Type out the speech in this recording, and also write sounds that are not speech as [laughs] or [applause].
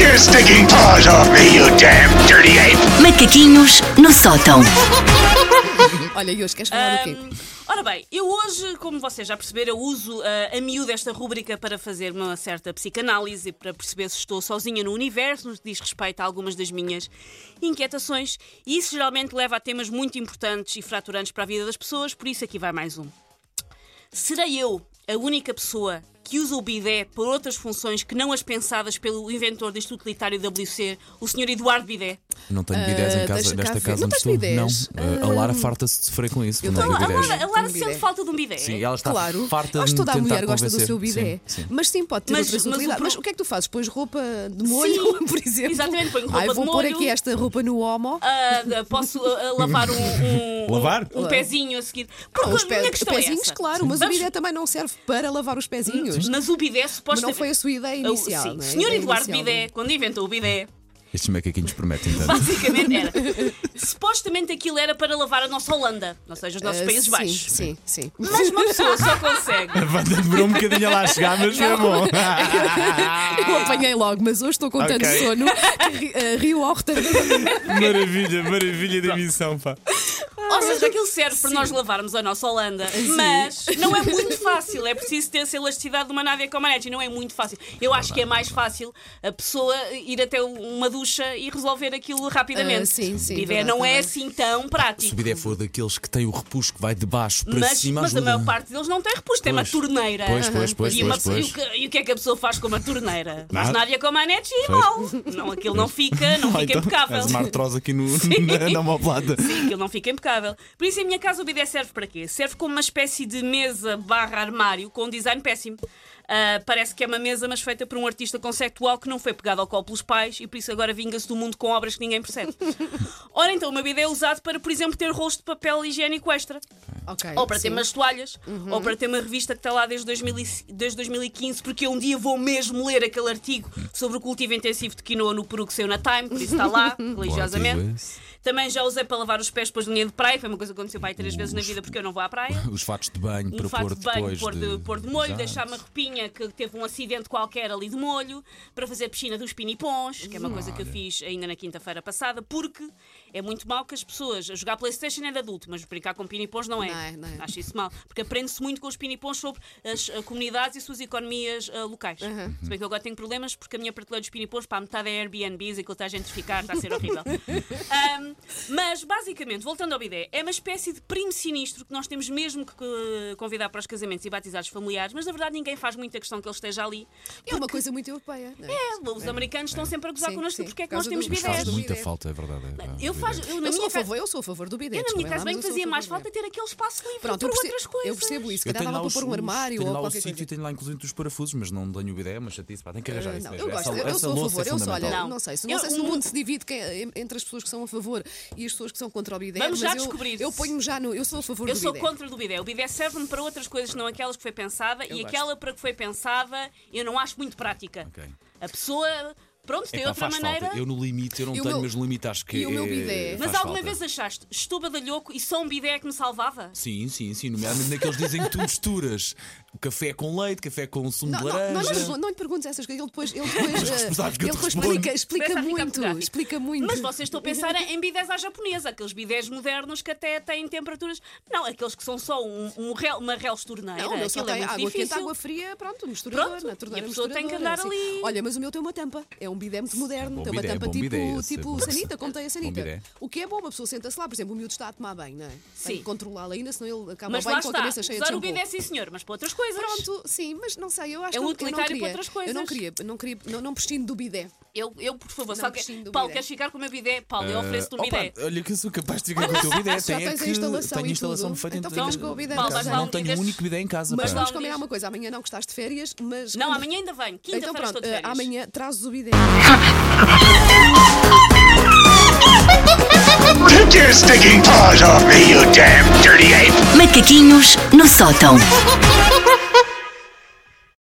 your stinking paws off me, you damn dirty ape! Macaquinhos no sótão. Olha, e hoje queres falar do quê? Hum, Ora bem, eu hoje, como vocês já perceberam, eu uso ah, a miúdo esta rúbrica para fazer uma certa psicanálise, para perceber se estou sozinha no universo, no que diz respeito a algumas das minhas inquietações, e isso geralmente leva a temas muito importantes e fraturantes para a vida das pessoas, por isso aqui vai mais um. Serei eu a única pessoa que usa o bidé por outras funções que não as pensadas pelo inventor deste utilitário da WC, o Sr. Eduardo Bidé? Não tenho bidés Ah, em casa, deixa cá nesta ver. casa Não onde tens estou. bidés? Não. Ah, a Lara farta-se de sofrer com isso. Eu por não tenho ter A bidés. Lara, a Lara Um bidé. sente falta de um bidé. Sim, ela está Claro, farta acho de que toda a tentar mulher gosta do convencer. seu bidé. Sim, sim. Mas sim, pode ter Mas- outras mas o utilidades. pro- Mas o que é que tu fazes? Pões roupa de molho, [laughs] Sim, por exemplo? exatamente, ponho roupa Ai, de vou pôr molho. aqui esta roupa no homo. Ah, ah, posso ah, ah, lavar um, um- Lavar? um, um pezinho a seguir. Porque Ah, Os a pe- minha questão é pezinhos, essa. claro, mas o Vamos- bidé também não serve para lavar os pezinhos. Mas o bidé Mas supostamente. não foi a sua ideia Ah, inicial. Sim, não é? A senhor ideia Eduardo inicial Bidé, quando inventou o bidé, [laughs] Estes macaquinhos prometem [laughs] tanto. basicamente era. supostamente aquilo era para lavar a nossa Holanda, ou seja, os nossos Ah, Países sim, Baixos. Sim, sim. [laughs] [laughs] Mas uma pessoa só consegue. A banda demorou um bocadinho a lá chegar, mas foi bom. [laughs] Eu apanhei logo, mas hoje estou com tanto Ok. sono que ri- ah, rio ao [laughs] retardamento. Maravilha, maravilha da missão, pá. Ou seja, aquilo serve para nós lavarmos a nossa Holanda, [laughs] mas não é muito fácil. É preciso ter essa elasticidade de uma nádega com a manete e não é muito fácil. Eu acho que é mais fácil a pessoa ir até uma ducha e resolver aquilo rapidamente. Ah, sim, sim, A ideia verdade, não é também. assim tão Se prático. o bidé for daqueles que têm o repuxo que vai de baixo para Mas, cima, mas a ajuda. maior parte deles não tem repuxo, tem uma Pois. torneira. Pois, pois, pois, e, uma pois, pessoa- E, o pois. que, e o que é que a pessoa faz com uma torneira? Mas Nada. nádega com a manete e mal. Não, aquilo não fica, não Ah, fica então, impecável. és uma artrose [laughs] aqui no, na, na homoplata. Aquilo não fica impecável. Por isso, em minha casa, o bidé serve para quê? Serve como uma espécie de mesa barra armário com um design péssimo. Ah, parece que é uma mesa, mas feita por um artista conceptual que não foi pegado ao colo pelos pais e por isso agora vinga-se do mundo com obras que ninguém percebe. Ora então, o meu bidé é usado para, por exemplo, ter rolos de papel higiênico extra. Ok. Ou Oh, para ter sim. umas toalhas, ou para ter uma revista que está lá desde, 2000 e- desde 2015, porque eu um dia vou mesmo ler aquele artigo sobre o cultivo intensivo de quinoa no Peru que saiu na Time, por isso está lá, Bom, religiosamente. artigo esse. Também já usei para lavar os pés depois de linha de praia, foi uma coisa que aconteceu pai três vezes na vida porque eu não vou à praia. Os fatos de banho Um para fato pôr de banho, depois. pôr de, pôr de molho, Exato. deixar uma roupinha que teve um acidente qualquer ali de molho, para fazer piscina dos pinipons, que é uma coisa que eu fiz ainda na quinta-feira passada, porque é muito mal que as pessoas. A jogar Playstation é de adulto, mas brincar com pinipons não é. Não é, não é. Acho isso mal. Porque aprende-se muito com os pinipons sobre as eh, comunidades e suas economias eh, locais. Se bem que eu agora tenho problemas porque a minha prateleira dos pinipons, para a metade é Airbnbs e aquilo está a gentrificar, está a [laughs] ser horrível. Ahm, mas, basicamente, voltando ao bidé, é uma espécie de primo sinistro que nós temos mesmo que eh, convidar para os casamentos e batizados familiares, mas na verdade ninguém faz muita questão que ele esteja ali. É uma coisa muito europeia. não é? É, os americanos estão sempre a gozar Sim, connosco sim, porque é que por nós causa temos do- Mas dos bidés. faz Bidés. muita falta, é verdade. é verdade, Eu, bidés. faz, eu, na Eu sou minha a ca- favor, eu sou a favor do bidé. eu na desculpem minha lá, casa mas bem eu sou a fazia favor mais do falta bidé. ter aquele espaço livre Pronto, para eu percebo, outras coisas. eu percebo isso. Se Eu calhar tenho lá dava para os pôr um furos, armário tenho ou lá o qualquer sítio, coisa. tenho lá inclusive os parafusos, mas não tenho o bidé, mas chatice, pá, tem que arranjar Ah, isso Não, mesmo. eu Essa- gosto, eu- eu essa sou a louça é favor, eu sou, olha, fundamental. não, Não. sei, se- não Eu- sei se o não- mundo se divide quem- entre as pessoas que são a favor e as pessoas que são contra o bidé, Vamos mas já eu, descobrir. eu ponho-me já no, eu sou a favor Eu do sou bidé. contra do bidé. O bidé serve-me para outras coisas que não aquelas que foi pensada e gosto. aquela para que foi pensada eu não acho muito prática. Ok. A pessoa, pronto, É tem pá, outra faz maneira. falta. Eu no limite, eu não E o tenho, meu- mas no limite acho que. e o meu é- bidé? faz Mas alguma falta. vez achaste, estou badalhoco e só um bidé é que me salvava? Sim, sim, sim. Nomeadamente naqueles dizem que tu misturas café com leite, café com sumo Não, de não, não, lhe laranja. pergun- não lhe perguntes essas coisas, ele depois, ele depois, eh, [laughs] Mas eh, sabes que eu ele te depois respondo. explica, explica Começa a ficar muito, fotográfico. explica muito. Mas vocês estão a pensar em bidés à japonesa, aqueles bidés modernos que até têm temperaturas. Não, aqueles que são só um, um rel- uma reles torneira. Não, o meu só Aquilo é tem muito água difícil. quente, água fria, pronto, um misturador, Pronto, na torneira e a pessoa tem que misturadora, andar assim. ali. Olha, mas o meu tem uma tampa, é um bidé muito moderno, bom tem uma bidé, tampa bom tipo, bidé esse, tipo bom. sanita, como tem a sanita. bidé. O que é bom, a pessoa senta-se lá, por exemplo, o miúdo está a tomar banho, não é? Tem Sim. que controlá-lo ainda, senão ele acaba Mas bem lá com a está, cabeça cheia de usar o shampoo. bidé sim senhor, mas para outras coisas. Pronto, sim, mas não sei, eu acho É que eu- eu não utilitário para queria. outras Eu não coisas. queria, não queria, não, não prescindo do bidé. Eu, eu, por Não, favor, sabe sem dúvida. Paulo, queres ficar com o meu bidé? Paulo, eu ofereço-te um Ah, Opa, bidé. Olha que eu sou capaz de ficar com o teu bidé. [laughs] Já Tem é tens a que- instalação tenho e a instalação tudo. perfeita. Então em- ficas com o bidé em em casa. casa. Não tenho um único bidé em casa. Mas pá. vamos um combinar diz- uma coisa, amanhã não que estás de férias, mas. Não, quando- amanhã ainda venho. Então Quinta-feira pronto, estou de férias. amanhã trazes o bidé. Take your stinking paws off me, you damn dirty ape! Macaquinhos no sótão.